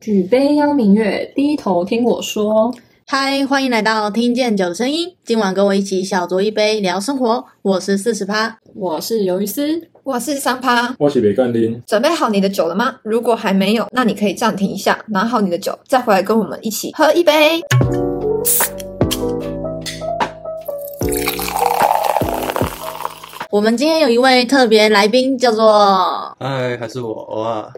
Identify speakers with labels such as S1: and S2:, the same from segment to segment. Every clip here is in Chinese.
S1: 举杯邀明月，低头听我说。
S2: 嗨，欢迎来到听见酒的声音。今晚跟我一起小酌一杯，聊生活。我是四十趴，
S1: 我是鱿鱼丝，
S3: 我是三趴。
S4: 我是北干林，
S3: 准备好你的酒了吗？如果还没有，那你可以暂停一下，拿好你的酒，再回来跟我们一起喝一杯。
S2: 我们今天有一位特别来宾，叫做
S5: 哎，还是我偶尔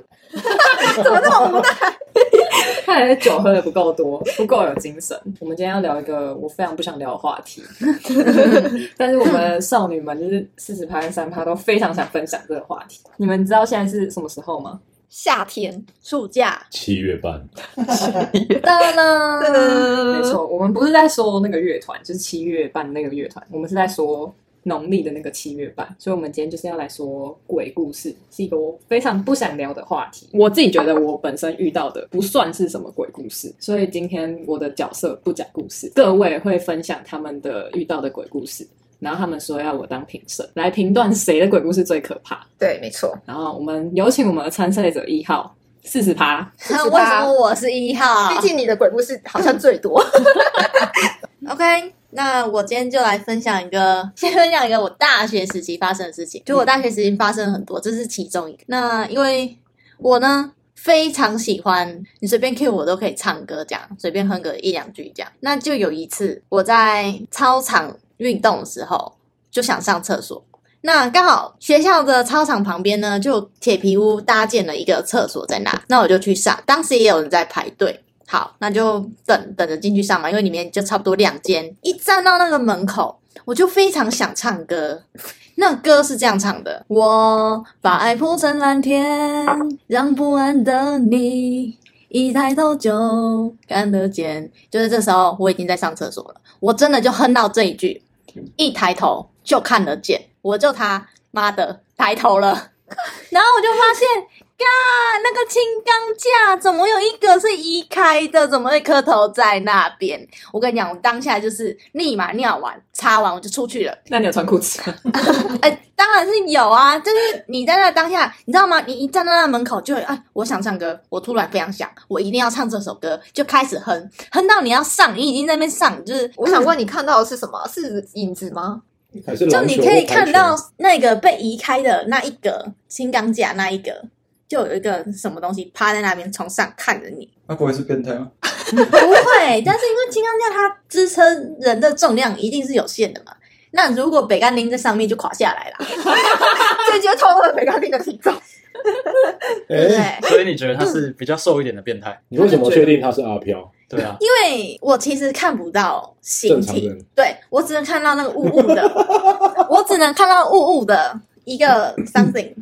S1: 看来酒喝的不够多， 不够有精神。我们今天要聊一个我非常不想聊的话题， 但是我们少女们就是四十趴跟三趴都非常想分享这个话题。你们知道现在是什么时候吗？
S3: 夏天，
S2: 暑 假。
S4: 七月半，
S2: 哒啦
S3: 嗯
S1: 没错，我们不是在说那个乐团，就是七月半那个乐团，我们是在说农历的那个七月半，所以我们今天就是要来说鬼故事，是一个我非常不想聊的话题。我自己觉得我本身遇到的不算是什么鬼故事，所以今天我的角色不讲故事，各位会分享他们的遇到的鬼故事。然后他们说要我当评审，来评断谁的鬼故事最可怕。
S3: 对，没错。
S1: 然后我们有请我们的参赛者一号，四十趴，
S2: 那为什么我是一号
S3: 毕竟你的鬼故事好像最多。
S2: ？OK，那我今天就来分享一个，先分享一个我大学时期发生的事情。就我大学时期发生了很多，这是其中一个。那因为我呢。非常喜欢你随便 Q 我都可以唱歌这样，随便哼个一两句这样。那就有一次我在操场运动的时候，就想上厕所，那刚好学校的操场旁边呢，就有铁皮屋搭建了一个厕所在那，那我就去上。当时也有人在排队，好，那就等等着进去上嘛，因为里面就差不多两间。一站到那个门口，我就非常想唱歌。 那歌是这样唱的：我把爱铺成蓝天，让不安的你一抬头就看得见。就是这时候，我已经在上厕所了，我真的就哼到这一句，一抬头就看得见，我就他妈的抬头了， 然后我就发现，嘎，那个青钢架怎么有一个是移开的？怎么会磕头在那边？我跟你讲，我当下就是立马尿完、擦完，我就出去了。
S1: 那你有穿裤子吗？
S2: 哎、当然是有啊，就是你在那当下，你知道吗？你一站到那门口就有，哎，我想唱歌，我突然非常想，我一定要唱这首歌，就开始哼，哼到你要上，你已经在那边上，就是
S3: 我想问你看到的是什么？是影子吗？
S4: 还是
S2: 就
S4: 篮球
S2: 你可以看到
S4: 或排球
S2: 那个被移开的那一格青钢架那一格，就有一个什么东西趴在那边从上看着你。
S5: 那不会是变态吗？
S2: 不会，但是因为青钢架它支撑人的重量一定是有限的嘛。那如果北干拎在上面就垮下来了，
S3: 这就透露了北高地的体重。
S2: 对不对？
S4: 哎，
S5: 所以你觉得他是比较瘦一点的变态？
S4: 你为什么确定他是阿飘？
S5: 对啊，
S2: 因为我其实看不到形
S4: 正常
S2: 体
S4: 人，
S2: 对我只能看到那个雾雾的，我只能看到雾雾的一个 something，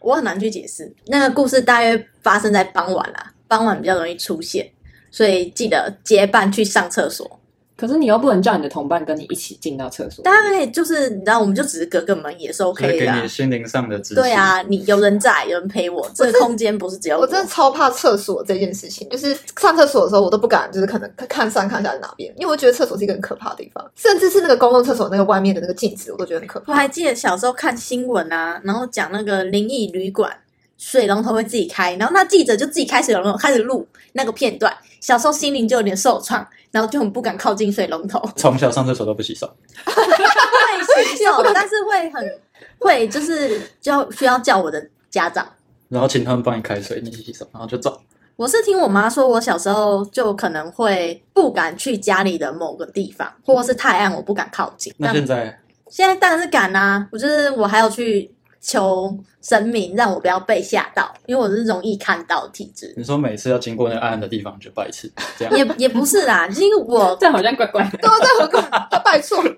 S2: 我很难去解释。那个故事大约发生在傍晚啦，傍晚比较容易出现，所以记得结伴去上厕所。
S1: 可是你又不能叫你的同伴跟你一起进到厕所。
S2: 大家可以就是你知道，我们就只是隔个门也是
S5: 就
S2: OK
S5: 是
S2: 的
S5: 给
S2: 啊、
S5: 你心灵上的支持。
S2: 对，啊，你有人在，有人陪我，这个空间不是只有
S3: 我真的超怕厕所这件事情，就是上厕所的时候，我都不敢，就是可能看上看下哪边，因为我觉得厕所是一个很可怕的地方，甚至是那个公共厕所那个外面的那个镜子，我都觉得很可
S2: 我
S3: 怕
S2: 还。记得小时候看新闻啊，然后讲那个灵异旅馆水龙头会自己开，然后那记者就自己开水龙头开始录那个片段。小时候心灵就有点受创，然后就很不敢靠近水龙头，
S5: 从小上厕所都不洗手，
S2: 会洗手，但是会很会就是就需要叫我的家长。
S5: 然后请他们帮你开水，你洗手，然后就走。
S2: 我是听我妈说，我小时候就可能会不敢去家里的某个地方，或者是太暗，我不敢靠近。
S5: 那现在
S2: 现在当然是敢啦、我就是我还有去求神明让我不要被吓到，因为我是容易看到体质，
S5: 你说每次要经过那个暗暗的地方你就拜一次，这样
S2: 也也不是啦， 就是因为我
S1: 这样好像怪怪的。
S3: 对，我在何苦他拜错了？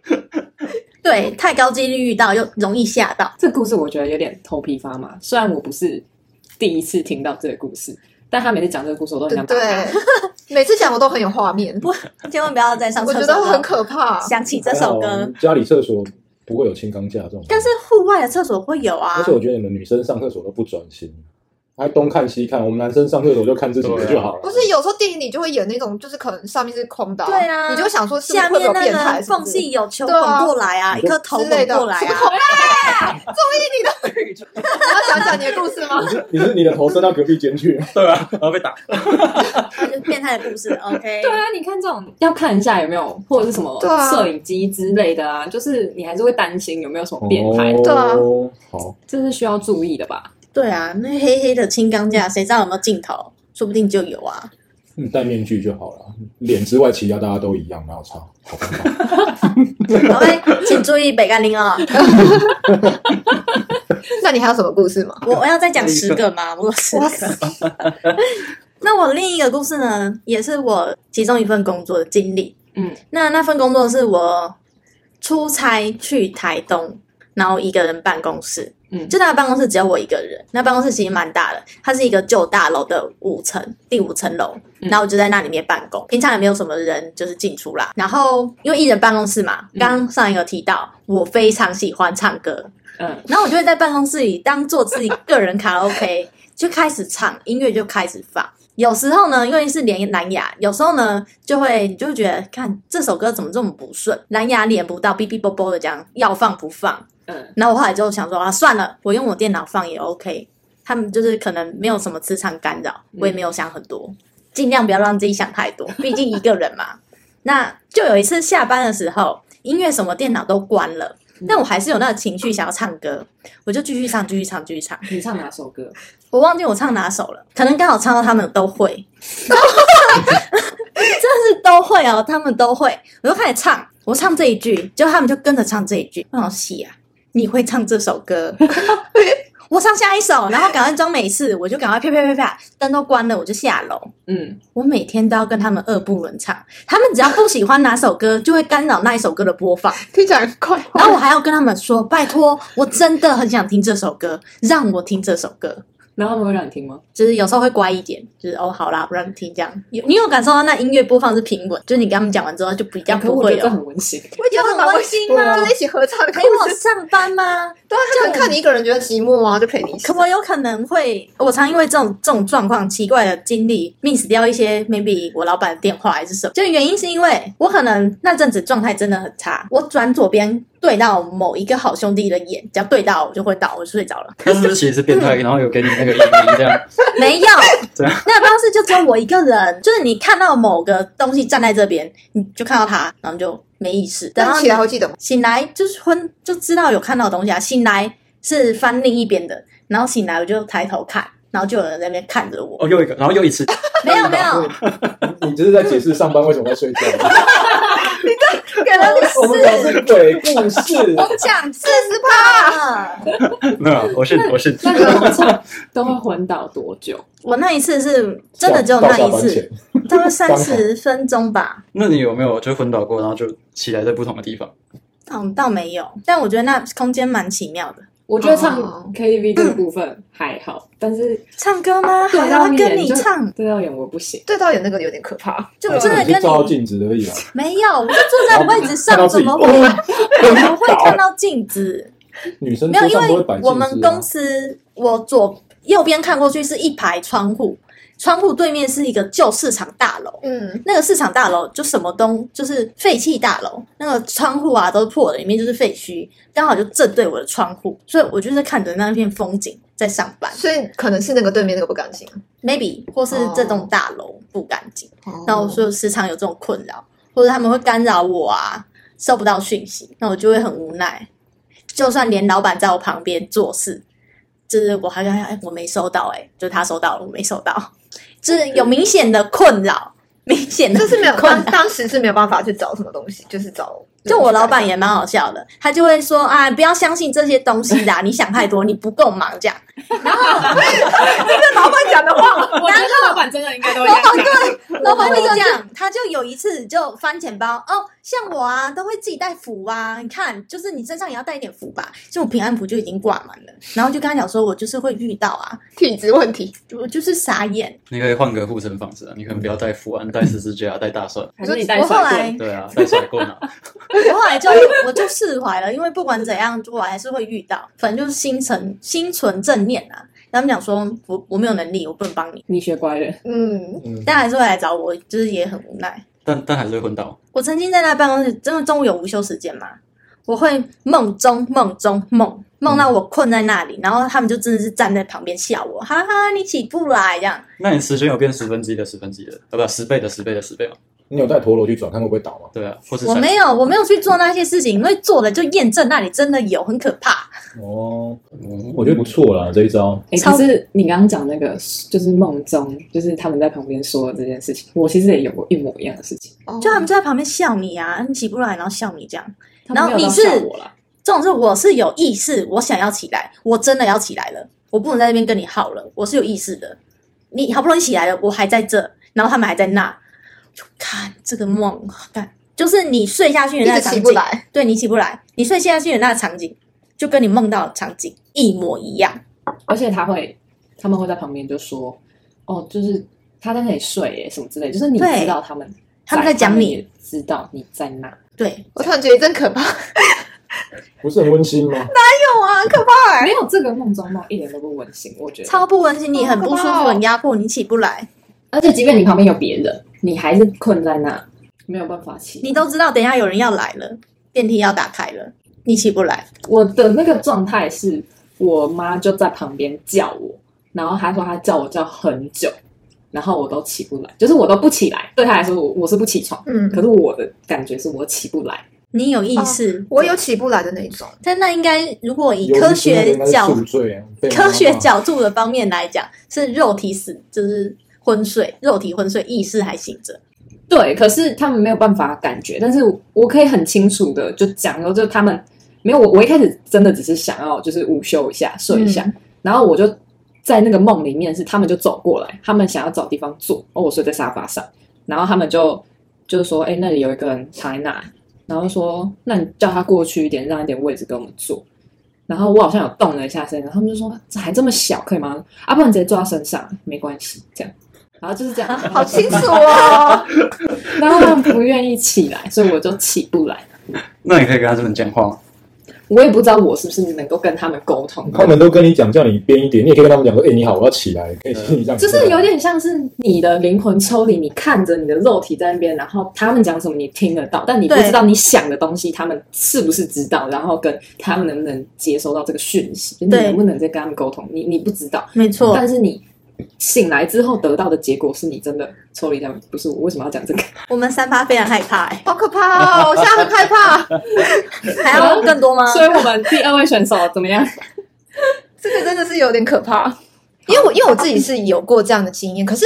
S2: 对太高几率遇到又容易吓到，
S1: 这故事我觉得有点头皮发麻。虽然我不是第一次听到这个故事，但他每次讲这个故事，我都很
S3: 对
S1: 想
S3: 对， 每次讲我都很有画面，
S2: 不千万不要再上
S3: 我
S2: 厕
S3: 觉
S2: 所
S3: 得
S2: 的时
S3: 很
S2: 候
S3: 可怕。
S2: 想起这首
S4: 还好
S2: 歌
S6: 哦
S4: 啊，家里厕所不会有青钢架这种，
S2: 但是户外的厕所会有啊
S4: 而且。我觉得你们女生上厕所都不专心，还东看西看，我们男生上厕所就看自己的就好了。
S3: 不是有时候电影里就会演那种，就是可能上面是空的、
S2: 对啊
S3: 你就会想说是不是
S2: 下
S3: 会
S2: 面
S3: 不会有
S2: 那
S3: 变
S2: 个
S3: 态
S2: 缝
S3: 是不是
S2: 隙有球
S3: 对啊
S2: 滚过来啊，一颗头
S3: 之类
S2: 滚
S3: 的
S2: 过来
S3: 什么
S2: 啊，
S3: 你要讲讲你的故事吗
S4: 你？是你 是你的头伸到隔壁间去，
S5: 对 啊，然后被打，
S2: 就是变态的故事。OK，
S1: 对啊，你看这种要看一下有没有，或者是什么
S3: 对啊
S1: 摄影机之类的啊，就是你还是会担心有没有什么变态，
S3: 对啊
S4: 哦好，
S1: 这是需要注意的吧？
S2: 对啊，那黑黑的轻钢架，谁知道有没有镜头？说不定就有啊。
S4: 你嗯戴面具就好了，脸之外其他大家都一样，哪有差？好吧
S2: OK，请注意北干林啊！
S3: 那你还有什么故事吗？
S2: 我我要再讲十个 吗？我有十
S3: 哇
S2: 个。 那我另一个故事呢，也是我其中一份工作的经历。
S1: 嗯，
S2: 那那份工作是我出差去台东，然后一个人办公室。
S1: 嗯
S2: 就那办公室只有我一个人，那办公室其实蛮大的，它是一个旧大楼的五层，第五层楼。
S1: 嗯
S2: 然后我就在那里面办公，平常也没有什么人就是进出啦。然后因为一人办公室嘛，
S1: 嗯
S2: 刚刚上一个提到，我非常喜欢唱歌，
S1: 嗯，
S2: 然后我就会在办公室里当做自己个人卡拉 OK，就开始唱，音乐就开始放。有时候呢，因为是连蓝牙，有时候呢就会你就会觉得，看这首歌怎么这么不顺，蓝牙连不到，哔哔啵啵的这样要放不放。
S1: 嗯，
S2: 然后我后来就想说啊，算了，我用我电脑放也 OK。他们就是可能没有什么磁场干扰，我也没有想很多，尽量不要让自己想太多，毕竟一个人嘛。 那就有一次下班的时候，音乐什么电脑都关了，但我还是有那个情绪想要唱歌，我就继续唱，继续唱，继续唱。
S1: 你唱哪首歌？
S2: 我忘记我唱哪首了，可能刚好唱到他们都会， 真的是都会哦，他们都会。我就开始唱，我唱这一句，就他们就跟着唱这一句。我想戏啊，你会唱这首歌？ 我唱下一首，然后赶快装没事，我就赶快啪啪啪啪，灯都关了，我就下楼。
S1: 嗯，
S2: 我每天都要跟他们二不伦唱，他们只要不喜欢哪首歌，就会干扰那一首歌的播放。
S3: 听起来很哦快。
S2: 然后我还要跟他们说，拜托，我真的很想听这首歌，让我听这首歌。
S1: 然后他们会让你听吗？
S2: 就是有时候会乖一点，就是哦，好啦，不让你听这样。有你有感受到那音乐播放是平稳，就是你跟他们讲完之后就比较
S1: 哎可
S2: 不
S1: 我觉
S2: 会
S1: 得这
S2: 有。
S1: 很温馨。
S3: 我觉得
S2: 就很
S3: 蛮
S2: 温馨吗
S3: 就是一起合唱的故
S2: 陪我
S3: 事。
S2: 上班吗？
S3: 对啊，他可能看你一个人觉得寂寞啊，就陪你一起
S2: 可。我有可能会，我常因为这种这种状况、奇怪的经历，miss 掉一些 maybe 我老板的电话还是什么。就原因是因为我可能那阵子状态真的很差，我转左边对到某一个好兄弟的眼，只要对到我就会倒，我就睡着了。
S5: 但是其实是变 态，然后有给你那个阴影这 样，
S2: 没有，
S5: 怎
S4: 啊
S5: 样
S2: 那办公室就只有我一个人，就是你看到某个东西站在这边，你就看到他，然后就没意识，然
S3: 但
S2: 后
S3: 起来会记得吗？
S2: 醒来就是昏，就知道有看到的东西啊。醒来是翻另一边的，然后醒来我就抬头看，然后就有人在那边看着我，
S5: 哦，又一个，然后又一 次，
S2: 没有没有，
S4: 你这是在解释上班为什么在 睡觉？
S3: 给了你
S4: 我们讲的是鬼故事，
S2: 我讲
S3: 四十趴，
S2: 了，
S5: 没有，啊我是我是，
S1: 那你们唱都会昏倒多久？
S2: 我那一次是 真的只有那
S4: 到
S2: 一
S4: 下班前
S2: 次，，大概三十分钟吧。
S5: 那你有没有就昏倒过，然后就起来在不同的地方？
S2: 嗯，倒没有，但我觉得那空间蛮奇妙的。
S1: 我觉得
S3: 哦
S1: 唱 KTV 这个部分还好，但是
S2: 唱歌吗？
S1: 对
S2: 还要
S1: 那
S2: 跟
S1: 你
S2: 你
S1: 就
S2: 唱，
S1: 对到演我不行。
S3: 对导演那个有点可怕。
S2: 就
S4: 哎
S2: 真的
S4: 你是
S2: 跟
S4: 照
S2: 你
S4: 镜子而已啦。
S2: 没有，我就坐 在位置
S4: 看到
S2: 上，
S4: 自
S2: 怎
S4: 己，
S2: 么
S4: 哦
S2: 会怎么会看
S4: 倒，啊
S2: 到镜子？
S4: 女生
S2: 没有，
S4: 桌
S2: 因
S4: 上都会摆
S2: 为
S4: 镜子啊。
S2: 我们公司我左右边看过去是一排窗户，窗户对面是一个旧市场大楼。
S3: 嗯，
S2: 那个市场大楼就什么东就是废弃大楼，那个窗户啊都是破的，里面就是废墟，刚好就正对我的窗户，所以我就是看着那片风景在上班
S3: 所以可能是那个对面那个不甘心。
S2: ，maybe 或是这
S4: 哦
S2: 栋大楼不干净。那
S3: 那
S2: 我说时常有这种困扰，或者他们会干扰我啊，收不到讯息，那我就会很无奈。就算连老板在我旁边做事，就是我还想想，哎、我没收到、哎，就是他收到了，我没收到，就是有明显的困扰，明 显的
S3: 就是没有
S2: 困
S3: 当
S2: 扰。
S3: 当时是没有办法去找什么东西，就是找
S2: 就我老板也蛮好笑的，他就会说啊，不要相信这些东西啦，你想太多，你不够忙这样。
S3: 老板讲的话，
S1: 我觉得老板真的应该都会
S2: 老板对， 老板就这样，他就有一次就翻钱包哦，像我啊，都会自己带符啊，你看，就是你身上也要带一点符吧，就我平安符就已经挂满了，然后就跟他讲说，我就是会遇到啊，
S3: 体质问题。
S2: 我就是傻眼，
S5: 你可以换个护身方式啊，你可能不要带福安、带十字架、带大蒜，
S1: 还是你带
S2: 我后
S1: 甩棍？
S2: 来
S5: 对啊，带甩棍啊，
S2: 我后来就我就释怀了，因为不管怎样，我还是会遇到，反正就是心存心存正念啊。他们讲说我我没有能力，我不能帮你，
S1: 你学乖了，
S3: 嗯，
S4: 嗯，
S2: 但还是会来找我，就是也很无奈。
S5: 但但还是会昏倒。
S2: 我曾经在那办公室，真的中午有午休时间嘛，我会梦中梦中梦梦
S5: 嗯
S2: 到我困在那里，然后他们就真的是站在旁边笑我，哈哈，你起不来这样。
S5: 那你时间有变十分之一的十分之一的，啊不，十倍的十倍的十倍嘛？
S4: 你有带陀螺去转，看会不会倒吗？
S5: 对啊，或是
S2: 我没有，我没有去做那些事情，因为做了就验证那里真的有，很可怕。
S4: 哦，
S5: 我
S6: 我觉得不错啦，这一招。
S1: 哎、
S2: 超
S1: 可是你刚刚讲那个就是梦中，就是他们在旁边说的这件事情，我其实也有过一模一样的事情。
S2: 就他们就在旁边笑你啊，你起不来，然后笑你这样。
S1: 他们
S2: 然后
S1: 没有
S2: 你
S1: 到笑
S2: 是
S1: 我啦，
S2: 这种是我是有意识，我想要起来，我真的要起来了，我不能在那边跟你耗了，我是有意识的。你好不容易起来了，我还在这，然后他们还在那，就看这个梦，看就是你睡下去的
S3: 一
S2: 那个
S3: 直
S2: 场
S3: 起
S2: 景，
S3: 不来，
S2: 对你起不来，你睡下去的那个场景，就跟你梦到的场景一模一样。
S1: 而且他会，他们会在旁边就说，哦，就是他在那里睡耶，什么之类，就是你
S2: 对
S1: 知道他们，
S2: 他们在讲你，
S1: 也知道你在哪。
S2: 对，
S3: 我突然觉得真可怕，
S4: 不是很温馨吗？
S2: 有啊，可
S1: 没有这个梦中梦一点都不温馨，我觉得。
S2: 超不温馨，你很不舒
S3: 好可
S2: 服，
S3: 怕哦
S2: 很压迫，你起不来，
S1: 而且即便你旁边有别人，你还是困在那，没有办法起。
S2: 你都知道等一下有人要来了，电梯要打开了，你起不来。
S1: 我的那个状态是我妈就在旁边叫我，然后她说她叫我叫很久，然后我都起不来，就是我都不起来。对她来说，我我是不起床，
S3: 嗯，
S1: 可是我的感觉是我起不来。
S2: 你有意识，
S3: 哦我有起不来的那一种，
S2: 但那应该如果以科
S4: 有一次那
S2: 学角
S4: 个应该是宿醉啊，被妈妈
S2: 科学角度的方面来讲，是肉体死，就是昏睡，肉体昏睡，意识还醒着。
S1: 对，可是他们没有办法感觉，但是我我可以很清楚的就讲说，就他们没有我，我一开始真的只是想要就是午休一下睡一下，然后我就在那个梦里面是他们就走过来，他们想要找地方坐，哦，我睡在沙发上，然后他们就就是说，哎，那里有一个人躺在那，然后说，那你叫他过去一点，让一点位置给我们坐。然后我好像有动了一下身，然后他们就说：“这还这么小，可以吗？啊，不然直接坐到身上，没关系。”这样，然后就是这样，
S3: 好清 楚哦，
S1: 然后他们不愿意起来，所以我就起不来。
S5: 那你可以跟他这么讲话吗？
S1: 我也不知道我是不是能够跟他们沟通，
S4: 他们都跟你讲叫你编一点，你也可以跟他们讲说，哎、你好，我要起来，可以心里这样子
S1: 就
S4: 吗。
S1: 是有点像是你的灵魂抽离，你看着你的肉体在那边，然后他们讲什么你听得到，但你不
S2: 对
S1: 知道你想的东西他们是不是知道，然后跟他们能不能接收到这个讯息，你
S2: 对
S1: 能不能再跟他们沟通，你你不知道，
S2: 没错，
S1: 但是你。醒来之后得到的结果是你真的抽离他们，不是我为什么要讲这个？
S2: 我们三八非常害怕、欸，
S3: 好可怕哦，我现在很害怕，
S2: 还要更多吗？
S1: 所以我们第二位选手怎么样？
S3: 这个真的是有点可怕，因为我因为我自己是有过这样的经验，可是。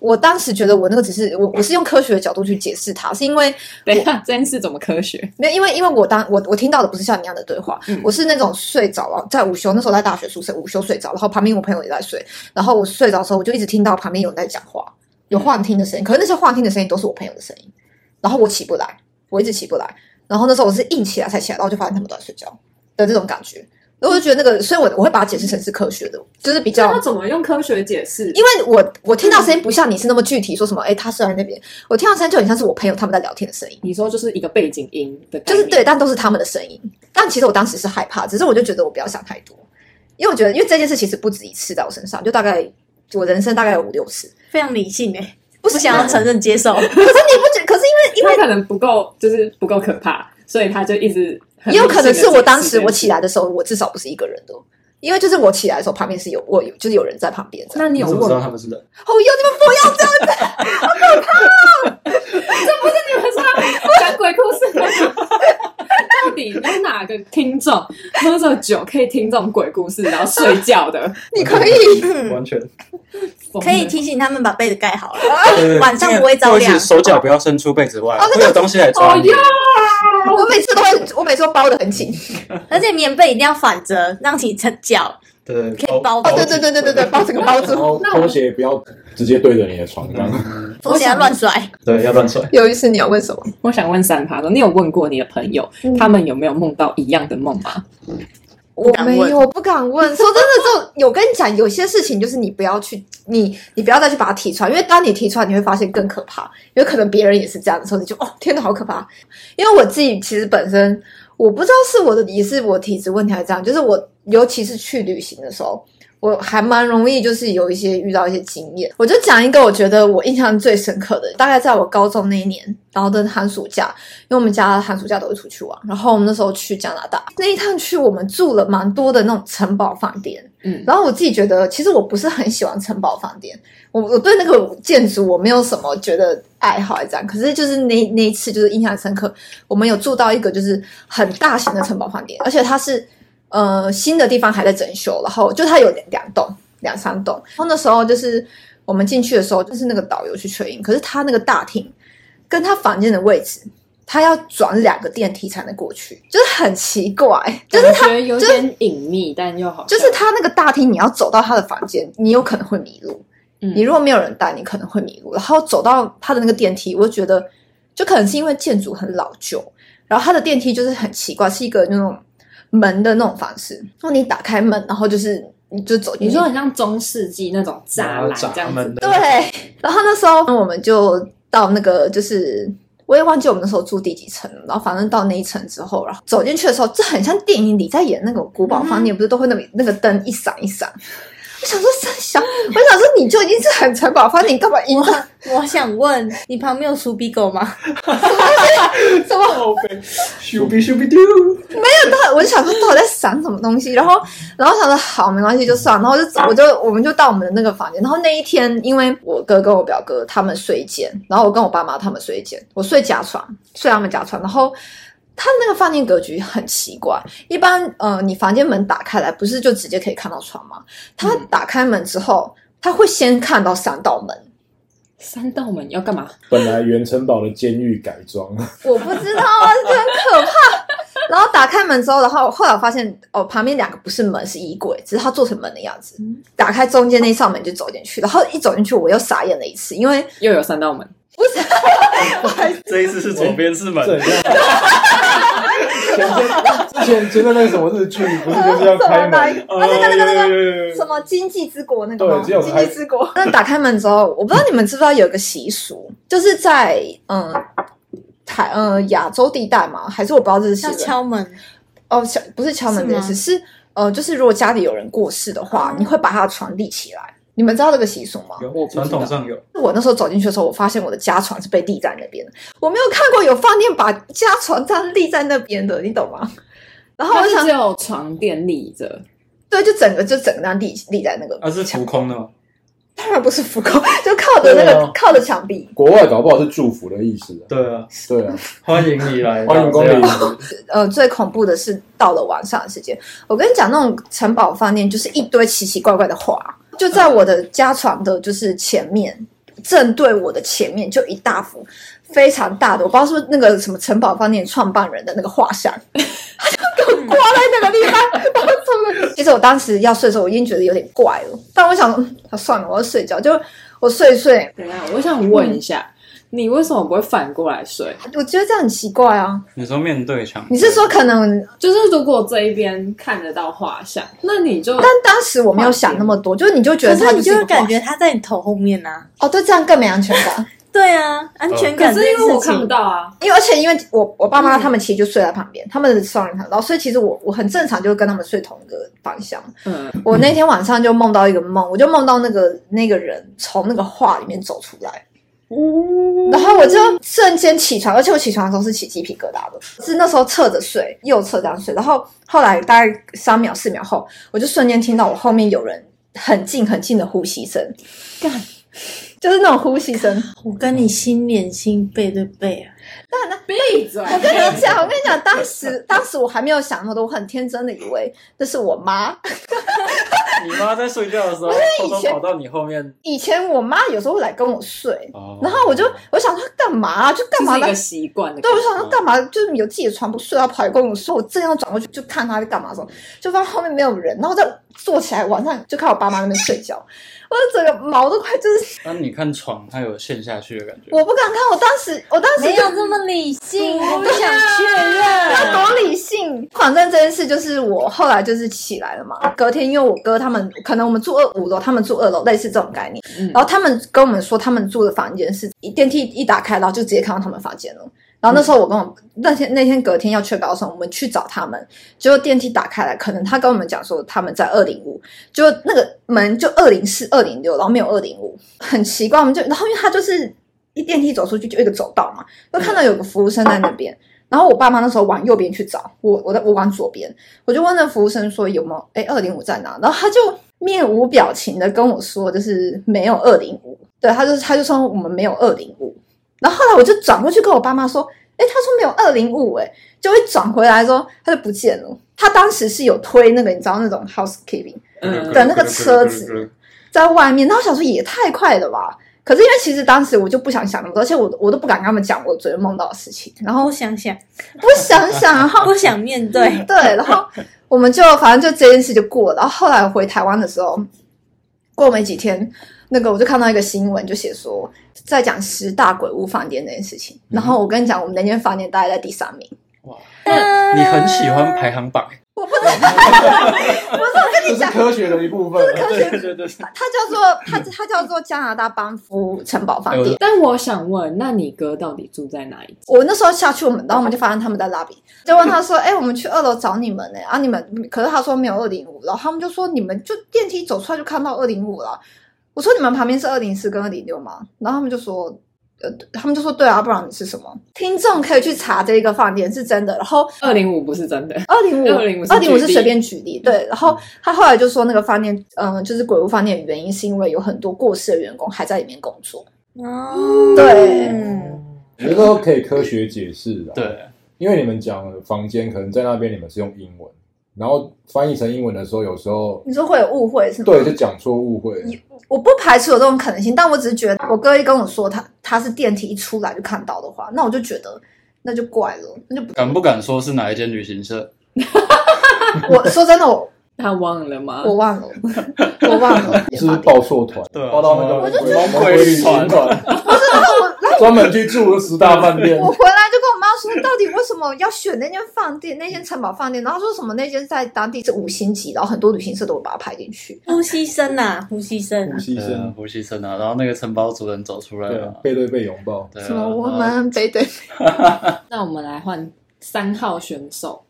S3: 我当时觉得我那个只是我我是用科学的角度去解释它，是因为
S1: 等一下这件事怎么科学？
S3: 没有，因为因为我当我我听到的不是像你一样的对话，
S1: 嗯
S3: 我是那种睡着了，在午休那时候在大学宿舍午休睡着，然后旁边我朋友也在睡，然后我睡着的时候我就一直听到旁边有人在讲话，有幻听的声音，可是那些幻听的声音都是我朋友的声音，然后我起不来，我一直起不来，然后那时候我是硬起来才起来，然后就发现他们都在睡觉的这种感觉，然后我就觉得那个，所以我我会把它解释成是科学的，就是比 较
S1: 那怎么用科学解释？
S3: 因为我我听到声音不像你是那么具体，说什么哎、他睡在那边，我听到声音就很像是我朋友他们在聊天的声音。
S1: 你说就是一个背景音的概
S3: 就
S1: 念，
S3: 是对，但都是他们的声音。但其实我当时是害怕，只是我就觉得我不要想太多，因为我觉得，因为这件事其实不止一次在我身上，就大概我人生大概有五六次。
S2: 非常理性哎、
S3: 不
S2: 不
S3: 是
S2: 想要承认接受。
S3: 可是你不觉？可是因
S1: 因为可能不够，就是不够可怕，所以他就一直很
S3: 为也有可能是我当时我起
S1: 来。
S3: 来的时候，我至少不是一个人的，因为就是我起来的时候，旁边是有我有就是有人在旁边这样。
S1: 那你有
S5: 怎么
S1: 问
S5: 知道
S1: 吗？
S5: 他们是人？
S3: 哦哟，你们不要这样，
S1: 你们说讲鬼故事吗？到底有哪个听众喝着酒可以听这种鬼故事，然后睡觉 的？
S3: 你可以。
S5: 完全
S2: 可以提醒他们把被子盖好了，晚上不会着
S5: 或
S2: 凉
S5: 是手脚不要伸出被子外，会有东西来抓
S1: 哦
S5: 你
S1: 哟。，
S3: 我每次都会，我每次都包的很紧。
S2: 而且棉被一定要反折，让你的脚
S5: 对，
S2: 可以包
S3: 哦，对对对对对对，包整个包
S4: 然
S3: 住。
S4: 后拖鞋不要直接对着你的床，这样
S5: 嗯
S2: 不要乱甩。
S5: 对，要 乱甩。
S3: 有一次你要问什么？
S1: 我想问三趴说，你有问过你的朋友，他们有没有梦到一样的梦吗？
S3: 我
S2: 敢
S3: 没
S2: 问
S3: 有，我不敢问。说真的，就有跟你讲，有些事情就是你不要去，你你不要再去把它提出来，因为当你提出来，你会发现更可怕。有可能别人也是这样的时候，你就哦，天哪，好可怕！因为我自己其实本身我不知道是我的也是我体质问题还是这样，就是我尤其是去旅行的时候，我还蛮容易就是有一些遇到一些经验。我就讲一个我觉得我印象最深刻的，大概在我高中那一年，然后的寒暑假，因为我们家寒暑假都会出去玩，然后我们那时候去加拿大那一趟去，我们住了蛮多的那种城堡饭店。
S1: 嗯
S3: 然后我自己觉得，其实我不是很喜欢城堡饭店，我我对那个建筑我没有什么觉得爱好这样。可是就是那那一次就是印象深刻，我们有住到一个就是很大型的城堡饭店，而且它是呃新的地方还在整修，然后就它有两两栋两三栋。然后那时候就是我们进去的时候，就是那个导游去确认，可是他那个大厅跟他房间的位置。他要转两个电梯才能过去，就是很奇怪，就是
S1: 感觉有点隐秘，但又好像，
S3: 就是他那个大厅，你要走到他的房间，你有可能会迷路。
S1: 嗯
S3: 你如果没有人带，你可能会迷路。然后走到他的那个电梯，我就觉得就可能是因为建筑很老旧，然后他的电梯就是很奇怪，是一个那种门的那种方式。然后你打开门，然后就是你就走进
S1: 你
S3: 去。
S1: 说很像中世纪那种栅栏这
S5: 闸
S1: 样
S5: 门
S1: 子，
S5: 的
S3: 对，然后那时候我们就到那个，就是我也忘记我们那时候住第几层了，然后反正到那一层之后，然后走进去的时候，这很像电影里在演那种古堡饭店，不是都会那么那个灯一闪一闪。我想说三小，我想说你就已经是很城堡饭店，你干嘛营造
S2: 我想问你旁边有鼠比 狗吗？
S3: 什么？
S5: 咻比咻比丢，
S3: 我就想说到底在闪什么东西，然后然后想说好没关系就算了，然后就我就我们就到我们的那个房间，然后那一天因为我哥跟我表哥他们睡一间，然后我跟我爸妈他们睡一间，我睡甲床，睡他们甲床，然后。他那个饭店格局很奇怪，一般呃，你房间门打开来，不是就直接可以看到床吗？他打开门之后，他会先看到三道门，
S1: 三道门要干嘛？
S4: 本来原城堡的监狱改装，
S3: 我不知道啊，就很可怕。然后打开门之后，然后后来我发现哦，旁边两个不是门是衣柜，只是它做成门的样子。打开中间那扇门就走进去，然后一走进去我又傻眼了一次，因为
S1: 又有三道门，
S5: 这一次是左边是门，
S4: 这很像前阵之前前阵那个什么日剧，不是就是要 开门？
S3: 啊那个那个那个
S4: 个
S3: 什么经济之国那个吗？
S4: 对只有
S3: 经
S4: 开
S3: 济之国。那打开门之后，我不知道你们知不知道有一个习俗，就是在嗯台嗯亚洲地带嘛，还是我不知道这是习
S2: 要
S3: 俗
S2: 敲门，
S3: 哦，敲不是敲门这件事，是呃，就是如果家里有人过世的话，你会把他的床立起来。你们知道这个习俗吗？
S5: 有传统上有，
S3: 我那时候走进去的时候，我发现我的家床是被立在那边的，我没有看过有饭店把家床这样立在那边的，你懂吗？然后
S1: 它
S3: 我
S1: 是
S3: 想
S1: 只，有床垫立着，
S3: 对，就整个就整个那样立立在那个，
S5: 它啊是浮空的吗？
S3: 当然不是浮空，就靠着那
S5: 对
S3: 个
S5: 啊
S3: 靠着墙壁。
S4: 国外搞不好是祝福的意 思啊。
S5: 对啊，
S4: 对啊，
S5: 欢迎你来，
S4: 欢迎光临。
S3: 呃，最恐怖的是到了晚上的时间，我跟你讲，那种城堡饭店就是一堆奇奇怪怪的花，就在
S2: 嗯
S3: 我的家床的，就是前面，正对我的前面就一大幅非常大的，我不知道是不是那个什么城堡饭店创办人的那个画像， 他就给我挂在那个地方， 然后从那其实我当时要睡的时候，我已经觉得有点怪了，但我想说，嗯啊算了，我要睡觉，就我睡一睡，
S1: 等一下，我想问一下，你为什么不会反过来睡？
S3: 我觉得这样很奇怪啊。
S5: 你说面对墙，
S3: 你是说可能
S1: 就是如果这一边看得到画像，那你就
S3: 但当时我没有想那么多，就是你就觉
S2: 可
S3: 得他
S2: 是你
S3: 就
S2: 就是
S3: 一
S2: 会
S3: 个画
S2: 感觉它在你头后面呐、啊。
S3: 哦，对，这样更没安全感。
S2: 对啊，安全
S1: 哦可
S2: 感这
S1: 是
S2: 件
S1: 因
S2: 事
S1: 为
S2: 情。
S1: 我看不到啊，
S3: 因为而且因为我我爸妈他们其实就睡在旁边，他们是双人床，然后所以其实我我很正常就跟他们睡同一个方向。
S1: 嗯，
S3: 我那天晚上就梦到一个梦，我就梦到那个那个人从那个画里面走出来，然后我就瞬间起床，而且我起床的时候是起鸡皮疙瘩的，是那时候侧着睡，右侧这样睡，然后后来大概三秒四秒后，我就瞬间听到我后面有人很近很近的呼吸声，
S1: 干
S3: 就是那种呼吸声。
S2: 我跟你心连心背对背啊，
S1: 闭嘴，
S3: 我跟你讲，我跟你讲，当时当时我还没有想那么多，我很天真的以为那是我妈。
S5: 你妈在睡觉的时候偷偷跑到你后面，
S3: 以前我妈有时候会来跟我睡，
S5: 哦
S3: 然后我就我想说干嘛、就干
S1: 这
S3: 嘛
S1: 是一
S3: 呢
S1: 个？习惯的感
S3: 对，
S1: 觉。
S3: 我想说干嘛？就是有自己的床不睡，她跑来跟我说，我正要转过去就看她在干嘛的时候，就发现后面没有人，然后再坐起来，晚上就看我爸妈那边睡觉，我整个毛都快就是
S5: 那你看床，它有陷下去的感觉。
S3: 我不敢看，我当时我当时
S2: 没
S3: 就
S2: 有这么理性，我不想
S3: 要多理性。反正这件事就是我后来就是起来了嘛，隔天因为我哥他们可能我们住二五楼，他们住二楼，类似这种概念。
S1: 嗯
S3: 然后他们跟我们说，他们住的房间是一电梯一打开，然后就直接看到他们房间了。然后那时候我跟我那天那天隔天要确保的时候，我们去找他们，结果电梯打开来，可能他跟我们讲说他们在二零五，就那个门就二零四、二零六，然后没有二零五，很奇怪。我们就然后因为他就是一电梯走出去就一个走道嘛，就看到有个服务生在那边。然后我爸妈那时候往右边去找，我我在我往左边，我就问那服务生说有没有哎二零五在哪？然后他就面无表情的跟我说，就是没有二零五。对，他就他就说我们没有二零五。然后后来我就转过去跟我爸妈说，哎，他说没有二零五，哎，就会转回来说他就不见了。他当时是有推那个你知道那种 housekeeping
S1: 嗯
S3: 的那个车子在外面，然后我想说也太快了吧。可是因为其实当时我就不想想那么多，而且我我都不敢跟他们讲我昨天梦到的事情，然后
S2: 不想想，
S3: 不想想，然后
S2: 不想面对。
S3: 对，然后我们就反正就这件事就过了。然后后来回台湾的时候，过没几天，那个我就看到一个新闻，就写说在讲十大鬼屋饭店这件事情。然后我跟你讲，我们那间饭店大概在第三名。
S5: 哇，你很喜欢排行榜，
S4: 这是科学的一部分。
S6: 啊
S5: 对对对，
S3: 它叫做它它叫做加拿大班夫城堡饭
S5: 哎我
S3: 店。
S1: 但我想问，那你哥到底住在哪一间？
S3: 我那时候下去，我们然后我们就发现他们在拉比，就问他说：“哎、我们去二楼找你们呢、啊，你们可是他说没有二零五，然后他们就说你们就电梯走出来就看到二零五了。”我说：“你们旁边是二零四跟二零六吗？”然后他们就说。呃，他们就说对啊，不然你是什么？听众可以去查这个饭店是真的。然后
S1: 二零五不是真的，
S3: 二零五，
S1: 205是
S3: 二零五是
S1: 举例
S3: 随便举例，对。然后他后来就说那个饭店，嗯、就是鬼屋饭店的原因是因为有很多过世的员工还在里面工作。
S2: 哦，
S3: 对
S2: 嗯
S6: 我觉得
S4: 啊
S6: 都可以科学解释的。，
S5: 对，
S6: 因为你们讲的房间，可能在那边你们是用英文，然后翻译成英文的时候，有时候
S3: 你说会有误会是吗？
S6: 对就讲错误会。
S3: 我不排除有这种可能性，但我只是觉得，我哥一跟我说他他是电梯一出来就看到的话，那我就觉得那就怪了，那就不
S5: 敢不敢说是哪一间旅行社？
S3: 我说真的，我
S1: 他忘了吗？
S3: 我忘了，我忘 了。
S6: 是不是报错团，
S5: 对啊
S6: 报到那个
S5: 我
S3: 就觉
S5: 得
S6: 猛鬼旅行团，专门去住十大饭店
S3: 我。回来就跟我妈说，到底为什么要选那间饭店，那间城堡饭店？然后说什么那间在当地是五星级，然后很多旅行社都会把它排进去。
S2: 呼吸声呐，呼吸声
S6: 呼。吸
S5: 对啊
S6: 声，
S5: 呼吸声啊，然后那个承包主人走出来
S6: 对啊
S5: 了，，
S6: 背对背拥抱，
S5: 对啊
S3: 什么我
S5: 然后
S3: 们背 对
S1: 那我们来换三号选手，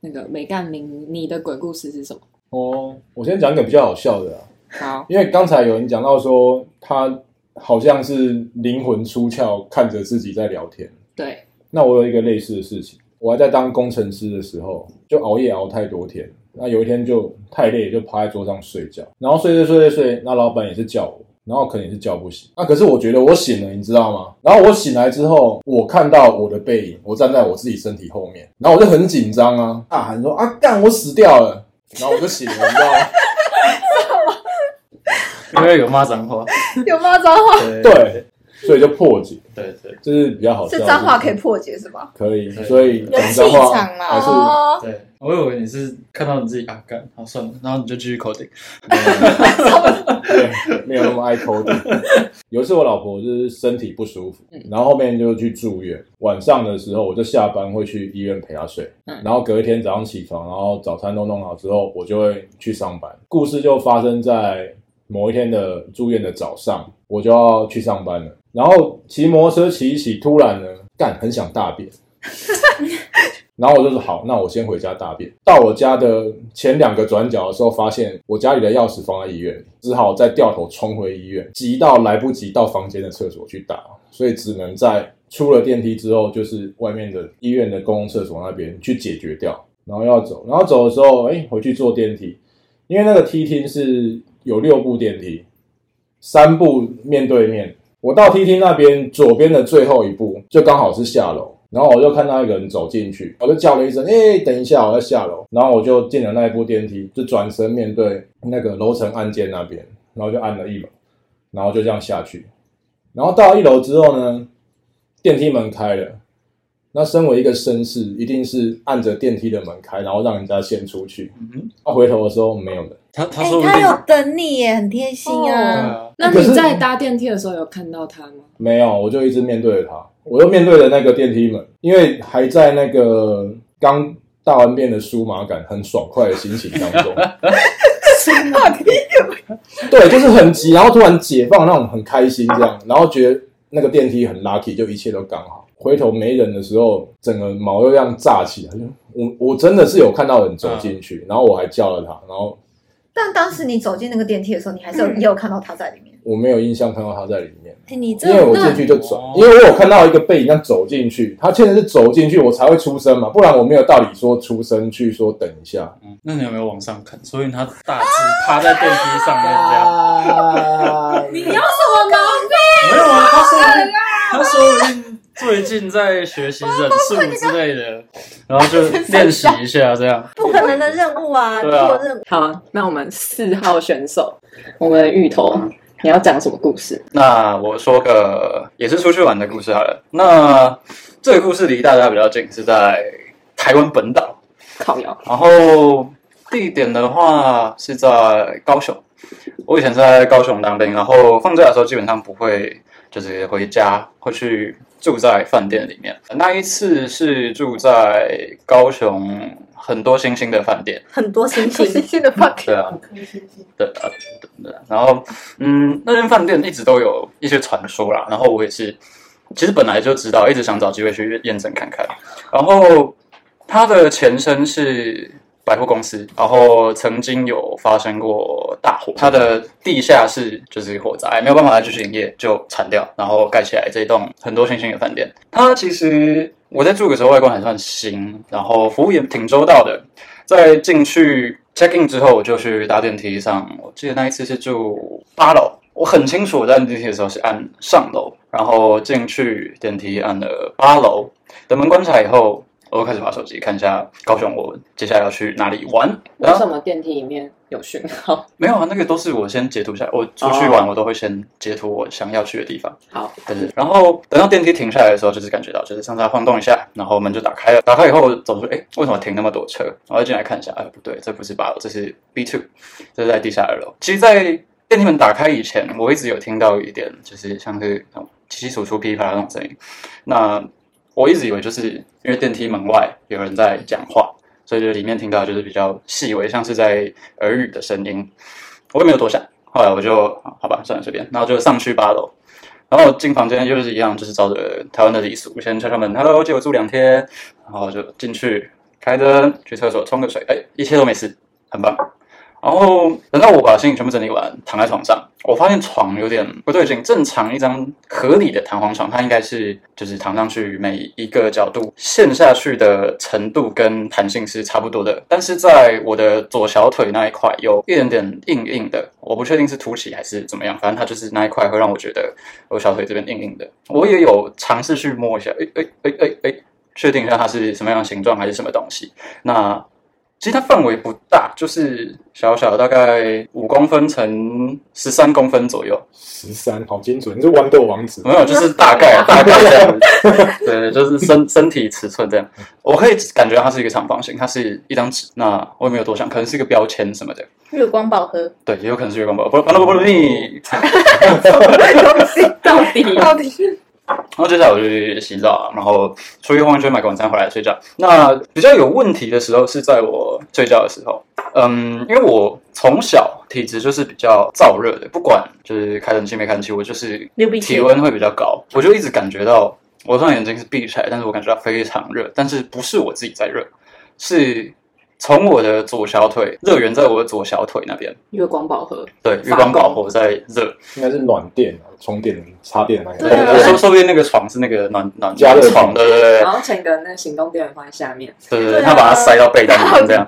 S1: 那个美干林，你的鬼故事是什么？
S6: 哦，我先讲一个比较好笑的啊，
S1: 好，
S6: 因为刚才有人讲到说他好像是灵魂出窍，看着自己在聊天。
S1: 对，
S6: 那我有一个类似的事情，我还在当工程师的时候，就熬夜熬太多天，那有一天就太累，就趴在桌上睡觉，然后睡着睡着睡，那老板也是叫我，然后可能也是叫不醒，啊那可是我觉得我醒了，你知道吗？然后我醒来之后，我看到我的背影，我站在我自己身体后面，然后我就很紧张啊，大喊说啊干，我死掉了，然后我就醒了，你知道吗？
S5: 因为有骂脏话，
S3: 对，有吗？脏话
S5: 对
S6: 对，所以就破解，
S5: 对对
S6: 这是比较好笑的事
S3: 是
S6: 情。
S3: 脏话
S5: 哦
S3: 可以破解是吧？
S6: 可以，
S5: 对
S6: 所以讲脏
S2: 有气
S6: 话
S2: 场啦
S6: 还是
S3: 哦，
S5: 对，我以为你是看到你自己啊干，好算了，然后你就继续口 顶，
S6: 对，没有那么爱抠的。有一次我老婆就是身体不舒服，然后后面就去住院。晚上的时候我就下班会去医院陪她睡，
S1: 嗯
S6: 然后隔一天早上起床，然后早餐都弄好之后，我就会去上班。故事就发生在某一天的住院的早上，我就要去上班了。然后骑摩托车骑一骑，突然呢，干很想大便。然后我就说好，那我先回家大便。到我家的前两个转角的时候，发现我家里的钥匙放在医院里，只好再掉头冲回医院，急到来不及到房间的厕所去打，所以只能在出了电梯之后，就是外面的医院的公共厕所那边去解决掉。然后要走，然后走的时候，哎，回去坐电梯，因为那个梯厅是有六部电梯，三部面对面。我到梯厅那边左边的最后一步，就刚好是下楼，然后我就看到一个人走进去，我就叫了一声：“哎、等一下，我要下楼。”然后我就进了那一部电梯，就转身面对那个楼层按键那边，然后就按了一楼，然后就这样下去。然后到一楼之后呢，电梯门开了。那身为一个绅士，一定是按着电梯的门开，然后让人家先出去。
S5: 嗯，
S6: 他回头的时候没有人。
S5: 他他
S2: 哎
S5: 说，不定
S2: 他有等你耶，很贴心
S5: 对
S2: 啊。
S5: 啊，
S1: 那
S6: 可是
S1: 你在搭电梯的时候有看到他吗？
S6: 没有，我就一直面对着他，我又面对着那个电梯门，因为还在那个刚大完便的舒麻感很爽快的心情当中。对，就是很急，然后突然解放那种很开心这样，然后觉得那个电梯很 lucky，就一切都刚好。回头没人的时候，整个毛又这样炸起来。就我我真的是有看到人走进去，然后我还叫了他，然后
S3: 但当时你走进那个电梯的时候，你还是有、也有看到他在里面。
S6: 我没有印象看到他在里面。
S2: 哎你这
S6: 因为我
S2: 那
S6: 进去就转
S4: 哦，
S6: 因为我有看到一个背影这样走进去，他现在是走进去，我才会出声嘛，不然我没有道理说出声去说等一下。
S5: 嗯那你有没有往上看？所以他大致趴在电梯上面这样。
S4: 啊
S1: 你要什
S2: 哦
S1: 么毛病？
S5: 没有啊，他说不定他说不定最近在学习忍术之类的，然后就练习一下这样。
S2: 不可能的任务啊，
S5: 对啊
S2: 做任务。
S1: 好，那我们四号选手，我们的芋头，你要讲什么故事？
S5: 那我说个也是出去玩的故事好了。那这个故事离大家比较近，是在台湾本岛。
S1: 靠腰，
S5: 然后地点的话是在高雄，我以前是在高雄当兵，然后放假的时候基本上不会就是回家，会去住在饭店里面。那一次是住在高雄很多星星的饭店，
S2: 很多星星，
S3: 新的饭
S5: 对啊，对啊，对啊。然后，嗯，那间饭店一直都有一些传说啦。然后我也是，其实本来就知道，一直想找机会去验证看看。然后，它的前身是百货公司，然后曾经有发生过大火，它的地下室就是火灾，没有办法再继续营业，就铲掉，然后盖起来这栋很多星星的饭店。它其实我在住的时候外观还算新，然后服务也挺周到的，在进去 check in 之后，我就去搭电梯上。我记得那一次是住八楼，我很清楚我在按电梯的时候是按上楼，然后进去电梯按了八楼，等门关起来以后，我又开始划手机看一下高雄我接下来要去哪里玩。
S1: 为
S5: 然
S1: 什
S5: 后
S1: 么电梯里面有讯号？
S5: 没有啊，那个都是我先截图下来，我出去玩我都会先截图我想要去的地方。
S1: 好，
S5: 对对，然后等到电梯停下来的时候，就是感觉到就是上下晃动一下，然后门就打开了。打开以后我走出去，哎，为什么停那么多车？然后进来看一下，哎，不对，这不是八楼，这是 B two，这是在地下二楼。其实，在电梯门打开以前，我一直有听到一点，就是像是那种稀稀疏疏噼里啪啦那种声音。那我一直以为就是因为电梯门外有人在讲话，所以就里面听到就是比较细微，像是在耳语的声音。我也没有多想，后来我就啊好吧，算了，随便，然后就上去八楼。然后进房间又是一样，就是照着台湾的礼俗，先敲敲门，Hello，借我住两天，然后就进去开灯，去厕所冲个水，哎，一切都没事，很棒。然后等到我把行李全部整理完，躺在床上，我发现床有点不对劲。正常一张合理的弹簧床，它应该是就是躺上去每一个角度陷下去的程度跟弹性是差不多的，但是在我的左小腿那一块有一点点硬硬的，我不确定是凸起还是怎么样，反正它就是那一块会让我觉得我小腿这边硬硬的。我也有尝试去摸一下，哎哎哎哎哎，确定一下它是什么样的形状还是什么东西。那其实它范围不大，就是小小大概五公分乘十三公分左右，
S6: 十三，好精准，你是豌豆王子
S5: 没有，就是大概大概这样，对，就是身身体尺寸这样。我可以感觉到它是一个长方形，它是一张纸。那我也没有多想，可能是一个标签什么的，
S2: 月光宝盒，
S5: 对，也有可能是月光宝，不不不不不，你
S1: 到底
S3: 到底是
S5: 然后接下来我就去洗澡，然后出去晃一圈，买个晚餐回来睡觉。那比较有问题的时候是在我睡觉的时候，嗯，因为我从小体质就是比较燥热的，不管就是开冷气没开冷气，我就是
S2: 流鼻血
S5: 体温会比较高，我就一直感觉到我虽然眼睛是闭起来，但是我感觉到非常热，但是不是我自己在热，是从我的左小腿热源在我的左小腿那边，
S1: 月光宝盒，
S5: 对，月光宝
S2: 哦
S5: 火在热，
S6: 应该是暖电啊，充电的插电的那
S2: 对啊
S6: 个。
S5: 说说不定那个床是那个暖暖
S6: 加
S2: 哦
S6: 热
S5: 床，对对对
S1: 然。后前个那个行动电源放在下面，
S5: 对对
S2: 对
S5: 对，
S2: 啊
S5: 他把它塞到被单里面 这样，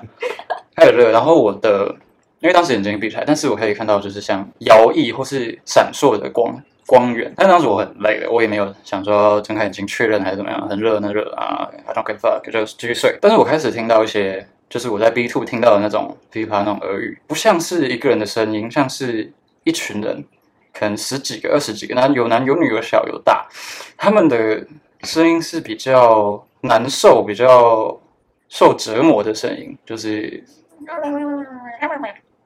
S5: 太热。然后我的，呃因为当时眼睛闭起来，但是我可以看到就是像摇曳或是闪烁的光光源。但当时我很累了，我也没有想说睁开眼睛确认还是怎么样，很热很热啊，I don't give a fuck，就继续睡。但是我开始听到一些。就是我在 B two 听到的那种噼里啪啦那种耳语，不像是一个人的声音，像是一群人，可能十几个、二十几个，那有男有女，有小有大，他们的声音是比较难受、比较受折磨的声音，就是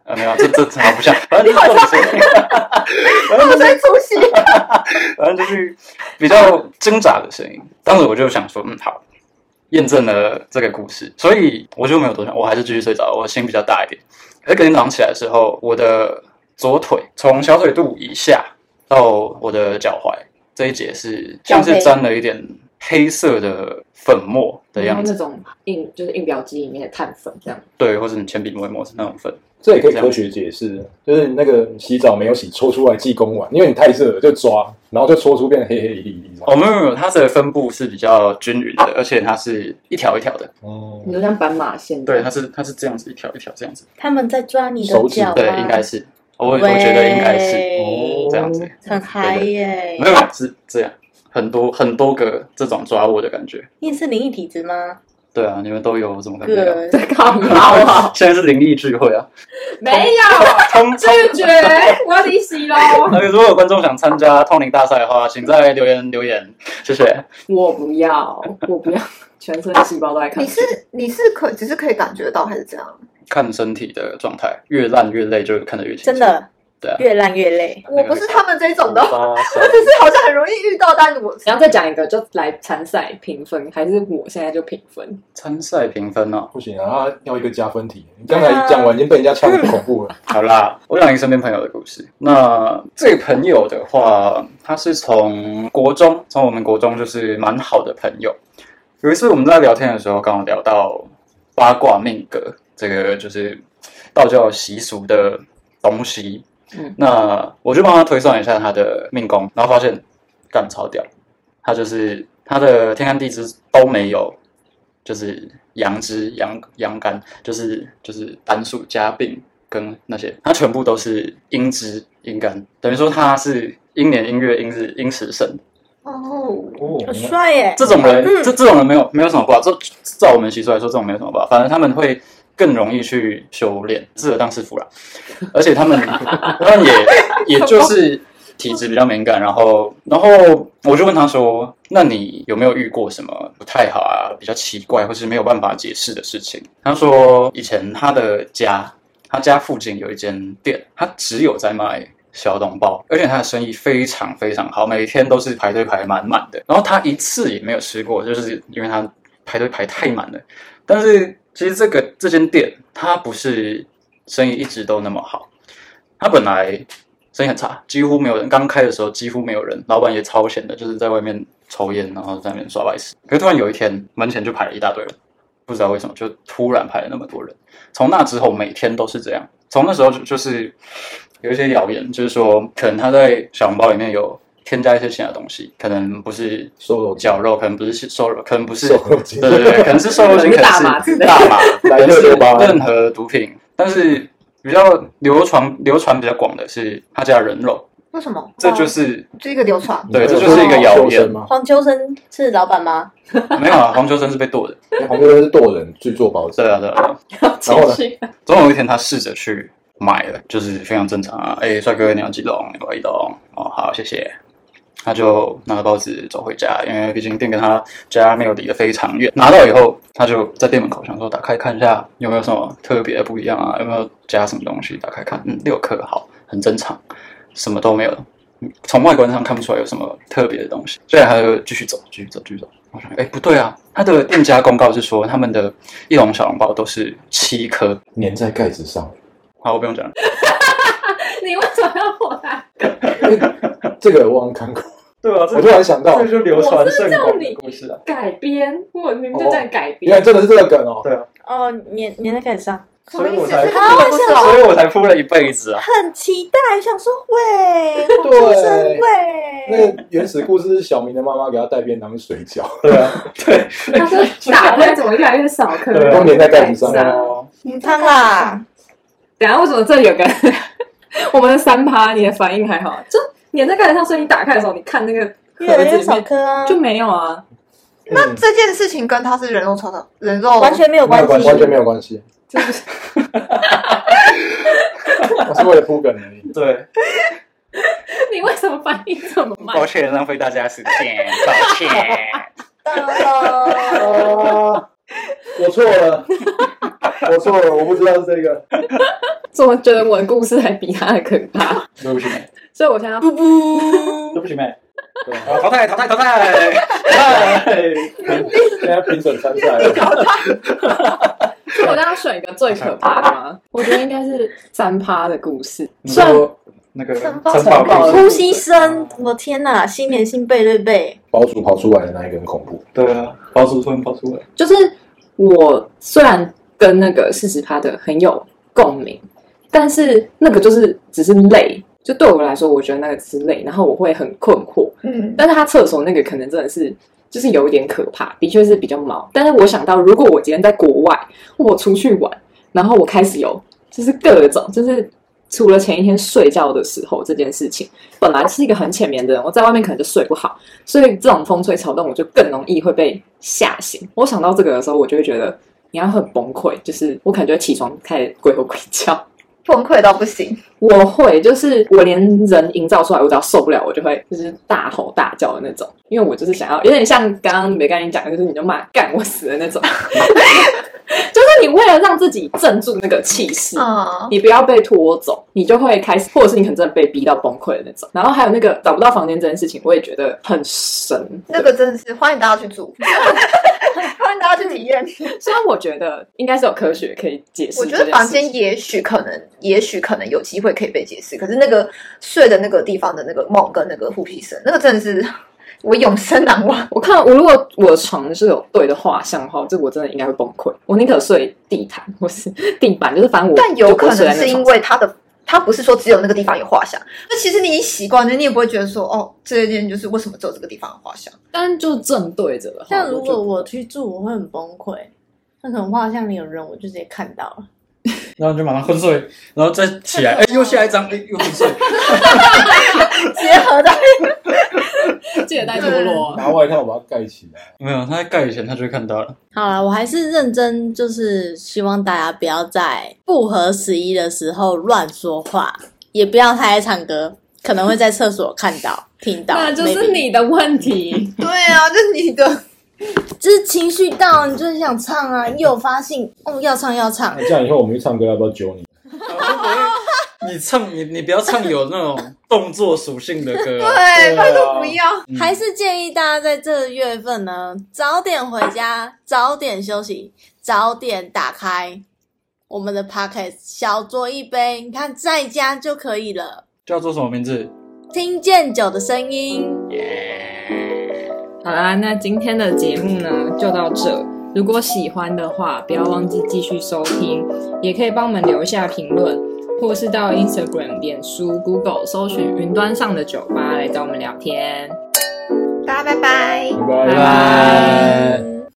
S5: 呃没有，这这这好不像，反正就是这种声音，反正就是
S3: 在出席？
S5: 反正就是比较挣扎的声音。当时我就想说，嗯，好，验证了这个故事，所以我就没有多想，我还是继续睡着，我心比较大一点。可是隔天早上起来的时候，我的左腿从小腿肚以下到我的脚踝这一节是像
S2: 脚
S5: 是
S2: 背
S5: 沾了一点黑色的粉末的
S1: 然后
S5: 样
S1: 那
S5: 子，
S1: 种印就是印表机里面的碳粉这样。
S5: 对，或者你铅笔磨一磨是那种粉。
S6: 这也可以科学解释，就是你那个洗澡没有洗，搓出来济公碗，因为你太热了就抓，然后就搓出变黑黑一粒一粒。
S5: 哦，没有没有没有，它的分布是比较均匀的，而且它是一条一条的，
S6: 哦
S1: 你，说像斑马线，
S5: 对，它是它是这样子一条一条这样子，
S2: 他们在抓你
S6: 手
S2: 的
S6: 指
S2: 脚吗？啊
S5: 对，应该是，我我觉得应该是哦
S2: 喂
S5: 这样
S6: 哦
S5: 子，
S2: 很嗨耶！
S5: 没有没有是这样，很多很多个这种抓握的感觉。
S2: 你也是灵异体质吗？
S5: 对啊，你们都有，我怎么感觉到？
S2: 个
S1: 在干嘛啊？
S5: 现在是灵异聚 会啊！
S1: 没有
S5: 通通
S1: 拒 绝，我要离席喽。
S5: 那如果有观众想参加通灵大赛的话，请在留言留言，谢谢。
S1: 我不要，我不要，全身细胞都在看
S3: 你。是你是可只是可以感觉到还是怎样？
S5: 看身体的状态，越烂越累，就看得越清
S2: 真，
S5: 楚。
S2: 的
S5: 对啊，
S2: 越烂越累。
S5: 那
S3: 我
S5: 个
S3: 不是他们这种的，我
S5: 发烧
S3: 只是好像很容易遇到，但我
S1: 然后再讲一个，就来参赛评分，还是我现在就评分？
S5: 参赛评分哦。
S6: 不行啊，要一个加分题。你
S2: 啊
S6: 刚才讲完已经被人家呛得很恐 怖了。
S5: 好啦，我讲一个身边朋友的故事。那这个朋友的话，他是从国中，从我们国中就是蛮好的朋友。有一次我们在聊天的时候，刚好聊到八卦命格，这个就是道教习俗的东西。
S1: 嗯
S5: 那我就帮他推算一下他的命宫，然后发现干超屌，他就是他的天干地支都没有，就是阳支阳阳干，就是就是单数加病跟那些，他全部都是阴支阴干，等于说他是阴年阴月阴日阴时生。
S3: 哦，
S6: 哦
S2: 好帅耶！
S5: 这种人，这这种人没有没有什么不好，这照我们习俗来说，这种没有什么不好，反正他们会更容易去修炼，适合当师傅啦。而且他们他们也也就是体质比较敏感，然后然后我就问他说：“那你有没有遇过什么不太好啊，比较奇怪或是没有办法解释的事情？”他说：“以前他的家，他家附近有一间店，他只有在卖。”小笼包，而且他的生意非常非常好，每天都是排队排满满的。然后他一次也没有吃过，就是因为他排队排太满了。但是其实这个这间店，它不是生意一直都那么好，它本来生意很差，几乎没有人。刚开的时候几乎没有人，老板也超闲的，就是在外面抽烟，然后在那边耍白痴。可是突然有一天，门前就排了一大堆人，不知道为什么就突然排了那么多人。从那之后，每天都是这样。从那时候就就是有一些谣言，就是说可能他在小笼包里面有添加一些其他东西，可能不是
S6: 瘦肉精
S5: 绞肉，可能不是瘦肉，可能不是
S6: 瘦肉精
S5: 对对对，可能是瘦肉精，可
S1: 可能是大
S5: 能
S1: 麻之
S5: 是
S1: 类的
S5: 大麻，
S6: 来
S5: 可能是
S6: 六吧
S5: 任何毒品，但是比较流传流传比较广的是他家人肉，
S3: 为什么？哦
S5: 这就是
S3: 这一个流 传。
S5: 对这就是一个谣言
S6: 吗？
S2: 黄秋生是老板吗？
S5: 没有啊，黄秋生是被剁的，
S6: 因为黄秋生是剁人去做保证
S5: 对，啊对啊。对啊
S1: 情
S6: 然后呢
S1: 绪
S5: 总有一天他试着去买了，就是非常正常啊，哎，帅哥你要几笼？你要一笼哦，好谢谢。他就拿着包子走回家，因为毕竟店跟他家没有离得非常远。拿到以后，他就在店门口想说打开看一下有没有什么特别的不一样啊，有没有加什么东西？打开看，嗯，六颗好，很正常，什么都没有，嗯从外观上看不出来有什么特别的东西。所以他就继续走，继续走，继续走。我想，哎，不对啊，他的店家公告是说他们的一笼小笼包都是七颗，
S6: 粘在盖子上。
S5: 好，我不用讲了。
S1: 你为什么要我来？
S6: 哎这个我好像看过，
S5: 对啊，
S6: 我突然想到
S5: 这，就流传
S1: 我是
S5: 甚广
S1: 叫你
S5: 的故事啊。
S1: 改编，我明明就在改
S6: 原来
S1: 编。
S6: 真的是这个梗 哦。
S5: 对啊，
S2: 哦，粘粘在盖子上，
S3: 什么意
S5: 所以
S3: 思？
S5: 我才
S3: 是他们不是老
S5: 所以我才铺了一辈 子啊。
S2: 很期待，想说喂，黄秋生
S6: 对，那
S2: 喂，
S6: 个原始故事是小明的妈妈给他带便当跟水饺，
S5: 对啊，对，
S1: 他说打开怎么越来越少颗？
S5: 对
S6: 都粘在盖子上。
S1: 对啊
S2: 母汤啊啦，
S3: 啊
S1: 等一下为什哎么这里有个 我们的三趴？你的反应还好，就粘在盖子上，所以你打开的时候，你看那个盒
S2: 越
S1: 子
S2: 来越
S1: 里
S2: 少
S1: 面
S2: 颗啊，
S1: 就没有啊。
S6: 那
S5: 嗯
S3: 这件事情跟他是人肉炒的人肉
S2: 完全没有
S6: 没有关
S2: 系，
S6: 完全没有关系，
S1: 这 不是
S6: 我是为了铺梗而已。
S5: 对，
S1: 你为什么反应这么慢
S5: 抱？歉浪费大家时间，抱 歉。
S2: 到
S6: 啊，我错了，我错了，我不知道是这个。
S1: 怎么觉得我的故事还比他的可怕？
S5: 对不起妹，
S1: 所以我现在
S2: 不不，
S5: 对不起妹，
S6: 对啊，
S5: 淘汰淘汰淘汰！
S6: 现在评审参赛了，
S1: 所以我刚刚选一个最可怕的吗？我觉得应该是三趴的故事。
S5: 你
S1: 虽然
S5: 说那个
S2: 城
S5: 城
S2: 堡
S5: 堡
S2: 哦
S5: 故
S2: 呼
S5: 事，
S2: 吸声，我天哪！新年新贝对贝，
S6: 包主跑出来的那一个很恐怖，
S5: 对啊，包出村包出来，
S1: 就是我虽然跟那个四十趴的很有共鸣，但是那个就是只是累，就对我来说，我觉得那个只是累，然后我会很困惑。
S3: 嗯，
S1: 但是他厕所那个可能真的是。就是有一点可怕，的确是比较毛。但是我想到，如果我今天在国外，我出去玩，然后我开始有就是各种，就是除了前一天睡觉的时候这件事情，本来是一个很浅眠的人，我在外面可能就睡不好，所以这种风吹草动我就更容易会被吓醒。我想到这个的时候，我就会觉得你要很崩溃，就是我可能就会起床开始鬼吼鬼叫。
S3: 崩溃到不行。
S1: 我会，就是我连人营造出来，我只要受不了，我就会就是大吼大叫的那种，因为我就是想要有点像刚刚没跟你讲的，就是你就骂干我死的那种， 就是你为了让自己镇住那个气势。
S3: 啊，
S1: 你不要被拖走，你就会开始，或者是你可能真的被逼到崩溃的那种。然后还有那个找不到房间这件事情，我也觉得很神。
S3: 那个真的是欢迎大家去 住，欢迎大家去体 验。
S1: 虽然我觉得应该是有科学可以解释
S3: 我
S1: 这件
S3: 觉
S1: 事情，
S3: 得房间也许可能，也许可能有机会可以被解释，可是那个睡的那个地方的那个梦跟那个呼吸声，那个真的是我永生难忘。
S1: 我看我如果我的床是有对的画像的话，这我真的应该会崩溃。我宁可睡地毯或是地板，就是反正我
S3: 但有可
S1: 就不会睡
S3: 能
S1: 在那
S3: 是因
S1: 床
S3: 为它的，它不是说只有那个地方有画像，那其实你已习惯了，你也不会觉得说哦，这件就是为什么只有这个地方有画 像。
S1: 但就正对着的话，
S2: 但如果
S1: 我
S2: 我去住，我会很崩溃。那可能画像里有人，我就直接看到了。
S5: 然后你就马上昏睡，然后再 起来，哎，又下一张，哎，又昏睡，
S2: 结合到
S1: 就记得带陀螺，
S6: 拿外套把它盖起来。
S5: 没有，他在盖以前他就看到了。
S2: 好了，我还是认真，就是希望大家不要在不合时宜的时候乱说话，也不要太爱唱歌，可能会在厕所看到、听 到。
S1: 那就
S2: maybe
S1: 是你的问题。
S3: 对啊，就是你的，
S2: 就是情绪到，你就是想唱啊，一有发性，哦，要唱要唱
S6: 那。这样以后我们去唱歌要不要揪你？
S5: 你唱你你不要唱有那种动作属性的歌、啊，
S3: 对，
S6: 对啊
S3: 拜托不要。
S5: 嗯
S2: 还是建议大家在这个月份呢，早点回家，早点休息，早点打开我们的 Pocket，小酌一杯，你看在家就可以了，
S5: 叫做什么名字？
S2: 听见酒的声音。
S1: 好啦，那今天的节目呢就到这。如果喜欢的话，不要忘记继续收听，也可以帮我们留下评论，或是到 Instagram、脸书、Google 搜寻“云端上的酒吧”来找我们聊天。
S3: 大家拜拜。
S6: 拜
S1: 拜拜
S2: 呃
S5: 拜。